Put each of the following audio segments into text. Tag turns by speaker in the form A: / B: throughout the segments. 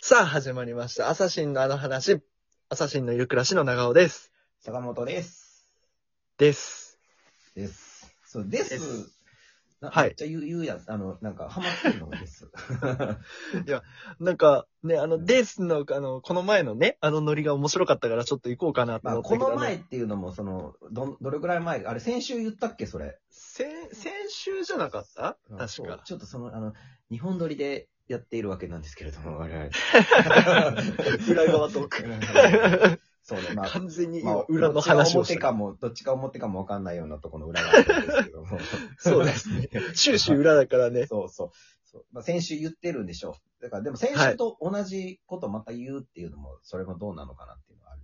A: さあ、始まりました。アサシンのあの話。アサシンのいる暮らしの長尾です。
B: 坂本です。
A: です。
B: です。そう、です。
A: です
B: な
A: はい
B: めっちゃ言う、言うやつ、あの、なんか、ハマってる のです。
A: なんか、ね、あの、ですの、あの、この前のね、あのノリが面白かったから、ちょっと行こうかなと
B: まあ、
A: 思った
B: こ
A: けど、
B: の前
A: あ
B: っていうのも、その、ど、どれくらい前、あれ、先週言ったっけ、それ。
A: 先、先週じゃなかった
B: あそ
A: 確
B: う
A: か。。
B: ちょっとその、あの、日本撮りでやっているわけなんですけれども、我 々
A: 裏側トーク
B: 裏側 そうね、まあ、
A: 完全に
B: ま
A: 今
B: あ、
A: 裏の話を
B: どっち
A: し
B: が表
A: て
B: か
A: る。
B: も、どっちが表かもわかんないようなとこの裏側なんですけども。
A: そうです ね。終始裏だからね。
B: そうそう。そうまあ、先週言ってるんでしょう。だから、でも先週と同じことまた言うっていうのも、それもどうなのかなっていうのはある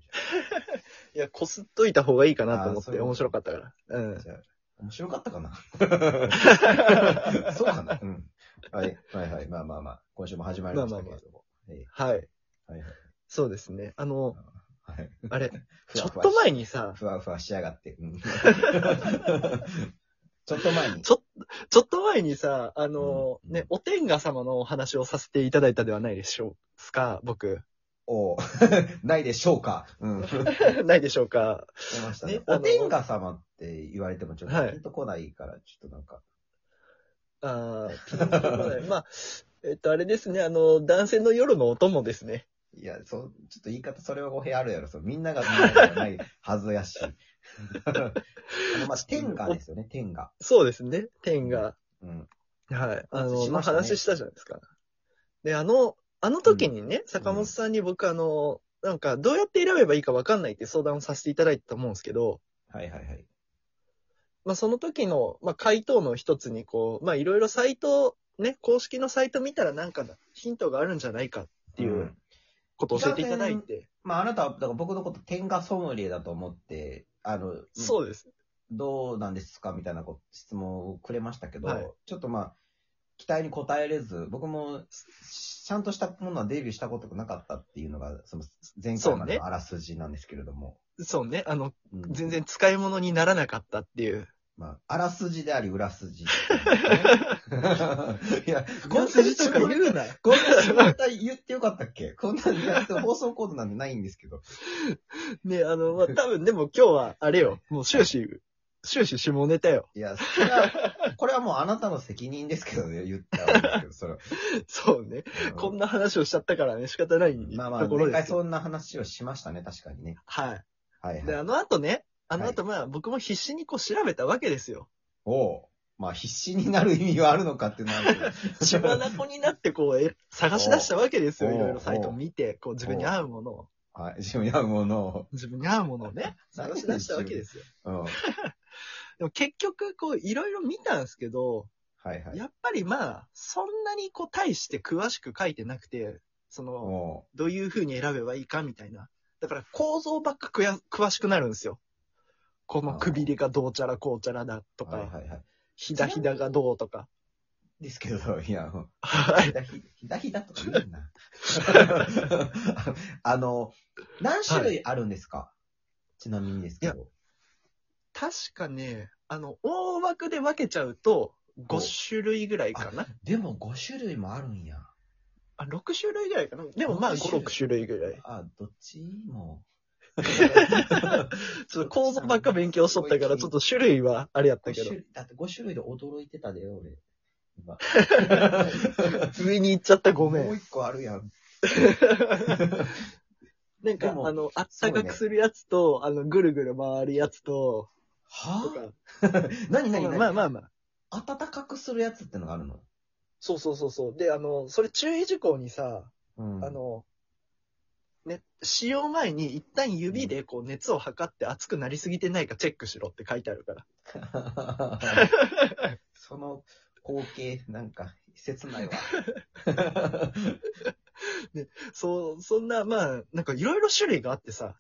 A: いや、こすっといた方がいいかなと思っ
B: あーそうい
A: て、
B: うこと
A: 面白かったから。う
B: じゃん。
A: ん。
B: じゃあ、面白かっ たかなそうかなうん。はい、はい、はい。まあまあまあ、今週も始まりましたけれども。え
A: はい。
B: えはい、はい。
A: そうですね。あの、
B: はい。
A: あれ、
B: ふ
A: ちょ
B: わ
A: っ
B: ふわ
A: と前にさ、
B: ふわふわしやがって。 うんちょっと前に。
A: ちょちょっと前にさ、あの、
B: うん
A: ね、お天賀様のお話をさせていただいたではないでしょうか、 僕。
B: おうないでしょうか。 うん。出
A: ないでしょうか。
B: ましたね
A: ね。あの
B: お天下様って言われてもちょっと
A: はい
B: ピンとこないから、ちょっとなんか。
A: あーピンとこ ない。まあ、えっと、あれですね、あの、男性の夜のお供ですね。
B: いや、そう、ちょっと言い方、それは語弊あるやろ。そうみんながみんなじゃないは ずやし。あの、まあ、天下ですよね、天下。
A: そうですね、天賀。
B: うん。
A: はい。あ
B: しま
A: の、
B: したね
A: まあ、話したじゃないですか。で、あの、あの時にね、坂本さんに僕、あの、なんか、どうやって選べばいいかわかんないって相談をさせていただいたと思うんですけど、
B: はいはいはい。
A: まあ、その時の、まあ、回答の一つに、こう、まあ、いろいろサイト、ね、公式のサイト見たらなんかヒントがあるんじゃないかっていうんことを教えていただいて。
B: まあ、あなたは、だから僕のこと天下ソムリエだと思って、あの、
A: そうです。
B: どうなんですかみたいなこ質問をくれましたけど、
A: はい
B: ちょっとまあ、期待に応えれず、僕もしちゃんとしたものはデビューしたことがなかったっていうのが、その前回ま
A: そうね
B: でのあらすじなんですけれども。
A: そうね。あの、
B: うん
A: 全然使い物にならなかったっていう。
B: まあ、あらすじであり、裏筋っていうね。いや、こんなに絞り
A: うな。
B: こんな絞り方言ってよかったっけこんなにやって放送コードなんてないんですけど。
A: ね、あの、まあ、多分でも今日は、あれよ、もう終始、終始下ネタよ。
B: いや、それは、これはもうあなたの責任ですけどね、言ったんですけど、それは。
A: そうね。 こんな話をしちゃったからね、仕方ない
B: まあまあ、
A: ところ
B: 一
A: で
B: 回
A: すけど。
B: そんな話をしましたね、確かにね。
A: は
B: はい
A: い。で、
B: は
A: あ
B: い。
A: の後ね、あの後、まあ、僕も必死にこう調べたわけですよ。
B: おうまあ、必死になる意味はあるのかっていうのはある
A: 血眼になってこう、え探し出したわけですよ。
B: お
A: いうろいろサイトを見て、こう自分に合うものを、
B: けど。はい、自分に合うものを。
A: 自分に合うものをね、探し出したわけですよ。
B: うん。はい
A: でも結局、こういろいろ見たんですけど、
B: はい。
A: やっぱりまあ、そんなにこう大して詳しく書いてなくて、その、
B: も
A: どういう風に選べばいいかみたいな。だから構造ばっかくや詳しくなるんですよ。このくびれがどうちゃらこうちゃらだと
B: う、はい
A: か、
B: はいはい。
A: ひだひだがどうと か。
B: ですけど、いや、うん
A: はい
B: ひだひひだひだとか言うな。 あの、何種類あるんですか、ちなみにですけど。
A: 確かね、あの、大枠で分けちゃうと、5種類ぐらいかな。
B: でも5種類もあるんや。
A: あ、6種類ぐらいかな。でもまあ
B: 6
A: 5、6種類ぐらい。
B: あ、どっち も。
A: ちょっと構造ばっか勉強しとったから、ちょっと種類はあれやった
B: 5
A: け
B: 種
A: ど。
B: 類だって5種類で驚いてたでよ、俺。 今
A: 上に行っちゃったごめ。
B: もうん一個あるやん。
A: なん
B: で
A: か、
B: も
A: あの、あっ
B: す
A: た
B: ごいね
A: かくするやつと、あの、ぐるぐる回るやつと、と
B: は
A: か。
B: ぁ何何何
A: まあまあまあ。
B: 暖かくするやつってのがあるの
A: そうそうそうそう。で、あの、それ注意事項にさ、
B: うん
A: あ、の、ね、使用前に一旦指でこう熱を測って熱くなりすぎてないかチェックしろって書いてあるから。
B: その光景、なんか、切 ないわ。
A: そう、そんな、まあ、なんかいろいろ種類があってさ、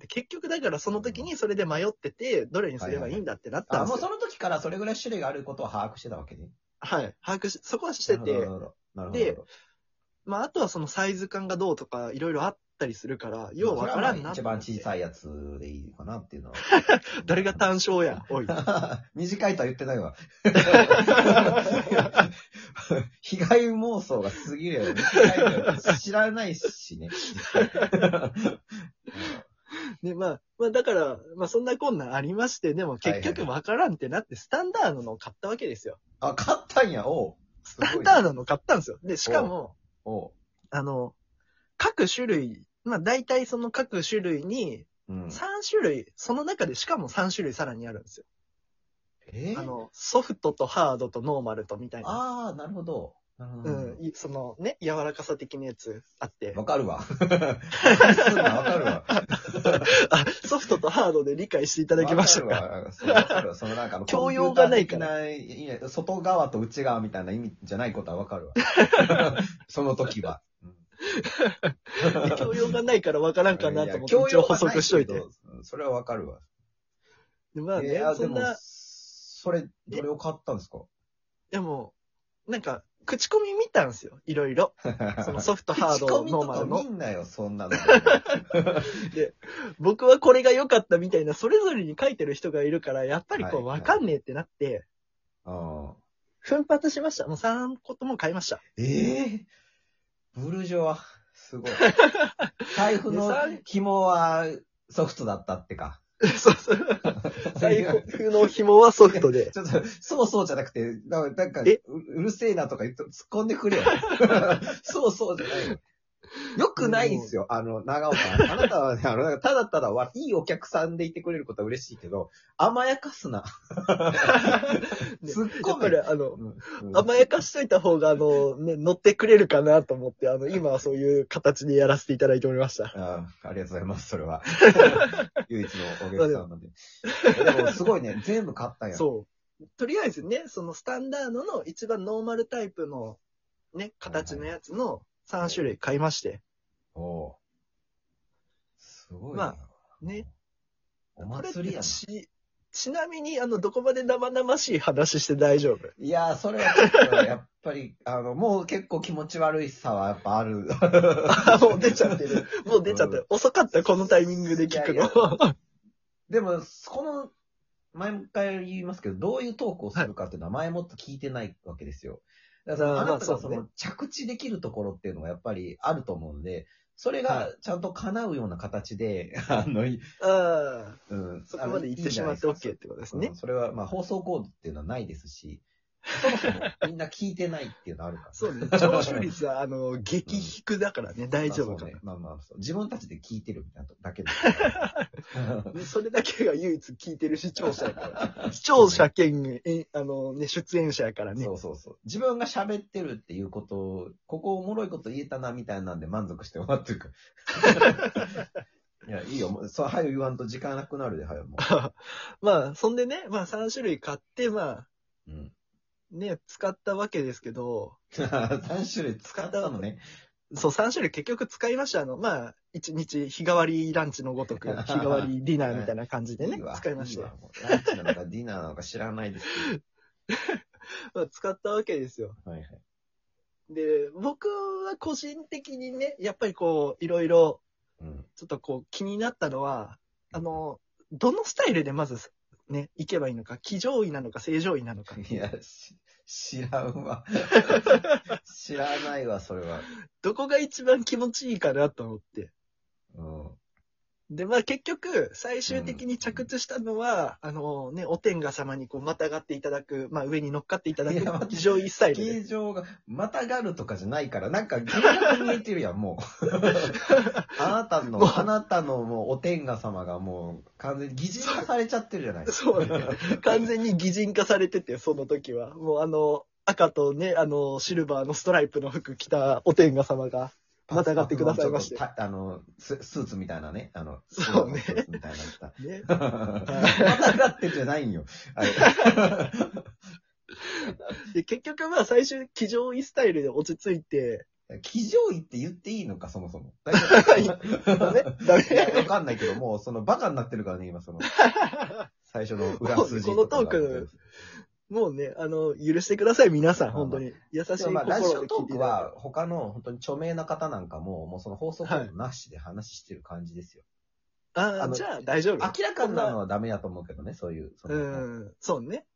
A: で結局だからその時にそれで迷ってて、どれにすればいいんだってなった
B: あ、
A: んで
B: もう
A: す
B: そ
A: よ。
B: の時からそれぐらい種類があることは把握してたわけね。
A: はい。把握し、そこはして
B: なる
A: て
B: ほ、どなるほど。なるほど
A: でまあ、あとはそのサイズ感がどうとか、いろいろあっったりするから、ようわからんな
B: それはまあ一番小
A: い。
B: さいやつでいいかなっていうのは。
A: 誰が単勝や、おい。
B: 短いとは言っ てないわ。被害妄想が過ぎるよ。短いのよ知らないしね。
A: で、まあ、まあだから、まあそんなこんなんありまして、でも結
B: はいは
A: 局
B: い
A: わからんってなって、スタンダードのを買ったわけですよ。
B: あ、買ったんや、おう。ス
A: スタンダードのを買ったんですよ。で、しかも、
B: おう。
A: あの、各種類、まあ大体その各種類に、
B: うん。
A: 3種類、その中でしかも3種類さらにあるんですよ。
B: え
A: あの、ソフトとハードとノーマルとみたいな。
B: あー、なるほど。なるほ
A: う
B: ど
A: ん、いそのね、柔らかさ的なやつあって。
B: わか るわ。 すんなわかるわ。
A: あ、ソフトとハードで理解していただきました
B: わ
A: か。
B: るわそうわかるわ。そのなんか、
A: 教養がないから
B: コンピューター的ないいや外側と内側みたいな意味じゃないことは わかるわ。その時は。うん
A: で教養がないからわからんかなと思って、
B: いや
A: 一応補足しとい。て
B: 教養。はないけどそれはわかるわ。
A: でまあ
B: い
A: ね
B: や、、
A: そ
B: で
A: ん
B: も
A: な、、
B: それ、どれを買ったんですか
A: でも、なんか、口コミ見たんですよ。いろいろ。そのソフト、ハード、ノーマル
B: 口コミとか
A: の
B: 見。んなよ、そ んなの。
A: 僕はこれが良かったみたいな、それぞれに書いてる人がいるから、やっぱりこ
B: は
A: う、
B: いはい
A: わかんねえってなって、
B: うん
A: 奮発しました。もう3個とも買いま した。
B: ええブルジョワ。すごい。財布の
A: でさ
B: 紐はソフトだったってか。
A: そうそう。財布の紐はソフトで。
B: ちょっと、そうそうじゃなくて、ななんか、
A: え
B: ううるせえなとか言って突っ込んでくれよ。 そうそうじゃないよ。よくないんすよ、あの、長尾さん。あなたはね、あの、なんかただただわ、いいお客さんでいてくれることは嬉しいけど、甘やか すな。突っ
A: だ
B: 込
A: か
B: め。
A: ら、あの、
B: うんうん
A: 甘やかしといた方が、あの、ね、乗ってくれるかなと思って、あの、今はそういう形でやらせていただいておりました。
B: ああありがとうございます、そ れは。唯一のお客さんなんで。でも、すごいね、全部買ったんや。
A: そう。とりあえずね、そのスタンダードの一番ノーマルタイプの、ね、形のやつの3種類買いまして。
B: おおうすごい
A: ま
B: な。
A: ね。
B: お祭りやな。
A: ち、ちなみに、あの、どこまで生々しい話して大丈夫
B: いやー、それはちょっと、やっぱり、あの、もう結構気持ち悪いさはやっぱある。
A: あ、もう出ちゃってる。もう出ちゃってる。遅かった、このタイミングで聞く
B: いやい
A: の。
B: でも、この、毎回言いますけど、どういうトークをするかっていうのは前もっと聞いてないわけですよ。だからそ
A: あ
B: の
A: ー
B: あ
A: まあ
B: なたが
A: そ
B: そう
A: ね
B: の着地できるところっていうのがやっぱりあると思うんで、それ
A: は
B: がちゃんと叶うような形で、 あの、い
A: ああ、
B: うん、
A: そこまで行ってしまって OK ってことです
B: う
A: ね
B: ん。それは、まあ、放送コードっていうのはないですし、そもそもみんな聞いてないっていうのはあるから。
A: そうね。聴取率は、あの、激低だからね、大丈夫かな。
B: まあそうねまあまあ、そう自分たちで聞いてるみたいなだけで。
A: ねそれだけが唯一聞いてる視聴者やから。視聴者兼、えあのね、出演者や からね
B: そ。うそうそう。自分が喋ってるっていうことを、ここおもろいこと言えたなみたいなんで満足して終わってる から。いや、いいよ。もうそう、早く言わんと時間なくなるで、早くも
A: まあ、そんでね、まあ3種類買って、まあ、
B: う。うん。
A: ね、使ったわけですけど、
B: 3種類使ったのね。
A: そう、3種類結局使いました。あの、まあ、1日日替わりランチのごと く、日替わりディナーみたいな感じでね
B: いいわ、
A: 使いました
B: い
A: よ
B: わもうランチなのかディナーなのか知らないです
A: まあ、使ったわけですよ。
B: けど。はいはい。
A: で、僕は個人的にね、やっぱりこう、いろいろ、
B: うん。
A: ちょっとこう、気になったのは、あの、どのスタイルでまず、ね、行けばいいのか、騎乗位なのか、正常位なのか。
B: いや、し知ら んわ。知らないわ、それは。
A: どこが一番気持ちいいかなと思って。
B: うん。
A: で、まあ結局、最終的に着地したのは、あのね、お天下様にこう、またがっていただく、まあ上に乗っかっていただ
B: いや待っ
A: く、
B: て
A: 非常一切でね。
B: 形状が、またがるとかじゃないから、なんか、幻覚に見えてるやん、もう。 あなた
A: もう
B: の、あなたのもう、お天下様がもう、完全に擬人化されちゃってるじゃない
A: そうね。完全に擬人化されてて、その時は。もうあの、赤とね、あの、シルバーのストライプの服着たお天下様が、またがってくださいまして
B: ちょっとたあの、ススーツみたいなね、あの、
A: そうね
B: スーツみたいなの着た
A: ね、
B: またがってじゃないんよ。あれ
A: で、結局まあ最終、騎乗位スタイルで落ち着いて、
B: 騎乗位って言っていいのか、そもそも。大丈
A: いやダ
B: 夫
A: メダ
B: いやわ
A: メ
B: かんないけど、もう、その、バカになってるからね、今、その、最初の裏筋とかが
A: このトーク もうね、あの、許してください、皆さん、
B: まあまあ
A: 本当に。優しい
B: でもまあ、
A: 心で
B: ラジ
A: 聞
B: オ
A: い
B: トー
A: て
B: ク
A: いただ
B: は、他の本当に著名な方なんかも、もうその放送局なしで話してる感じですよ。
A: いて。あ
B: あ
A: あ、
B: の
A: じゃあ大丈夫。
B: 明らかになのはダメやと思うけどね、そういう。その
A: うん、そうね。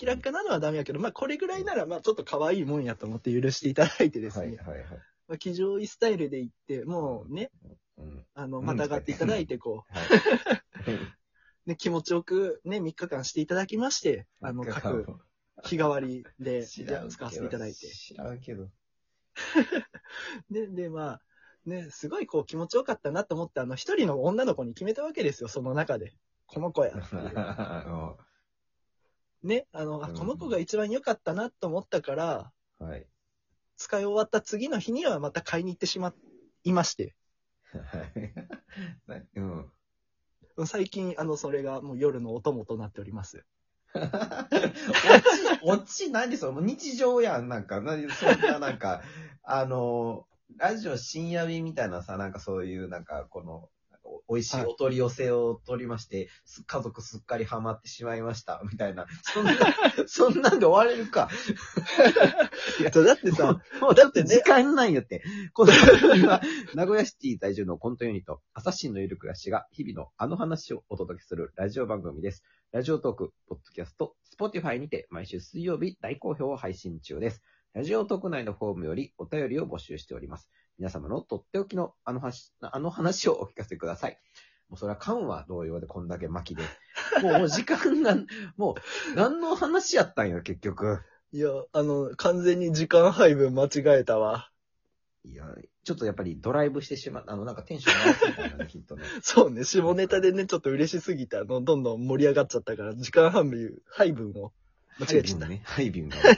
A: 明らかなのはダメやけど、まあこれぐらいなら、まあちょっと可愛いもんやと思って許していただいてです
B: はいはい
A: ね。
B: はい。
A: まあ、気乗位スタイルで行って、もうね、
B: うん。
A: あの、
B: うん
A: またがっていただいて、こ
B: はい。
A: う、ね、気持ちよくね、3日間していただきまして、あの、各 日替わりで
B: 知らんけど
A: 使わせていただいて。
B: 知らんけど。
A: で、で、まあ、ね、すごいこう気持ちよかったなと思って、あの、一人の女の子に決めたわけですよ、その中で。この子や。
B: は
A: ね、あの、あこの子が一番良かったなと思ったから、
B: い。
A: 使い終わった次の日にはまた買いに行ってしまいまして、
B: はい。 うん。
A: 最近、あの、それがもう夜のお供となっております。
B: 落 ち、落ち、何それもう日常やん、なんか。何そんな、な んか、あの、ラジオ深夜便みたいなさ、なんかそういう、なんか、この、なんかお美味しいお取り寄せを取りまして、す家族すっかりハマってしまいました、みたいな。そん な、そんなんで終われるか。いや
A: だってさ、
B: もうだって時間ないよって。この番組は、 名古屋シティ在住のコントユニット、アサシンのゆる暮らしが、日々のあの話をお届けするラジオ番組です。ラジオトーク、ポッドキャスト、スポティファイにて、毎週水曜日大好評を配信中です。ラジオトーク内のフォームよりお便りを募集しております。皆様のとっておきのあの話、あの話をお聞かせください。もうそれは缶は同様でこんだけ巻 きで。もうもう時間が、もう何の話やったんや、結局。
A: いや、あの、完全に時間配分間違えたわ。
B: いや、ちょっとやっぱりドライブしてしまう、あの、なんかテンション上がってたんだね、きっとね。
A: そうね、下ネタでね、ちょっと嬉しすぎて、あの、どんどん盛り上がっちゃったから、時間配分、配分を。 間違えちゃった。
B: ハイビンね。ハイ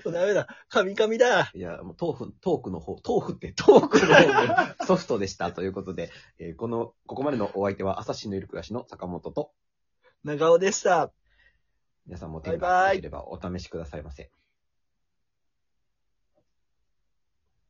B: ビン が。
A: ダメだ、カミカミだ。
B: いや、もう、トーク、トークの方、トークって、 トークの方がソフトでした。ということで、えーこの、ここまでのお相手は、朝日のゆる暮らしの坂本と、
A: 長尾でした。
B: 皆さんも手
A: バイバ
B: が
A: イ
B: できればお試しくださいませ。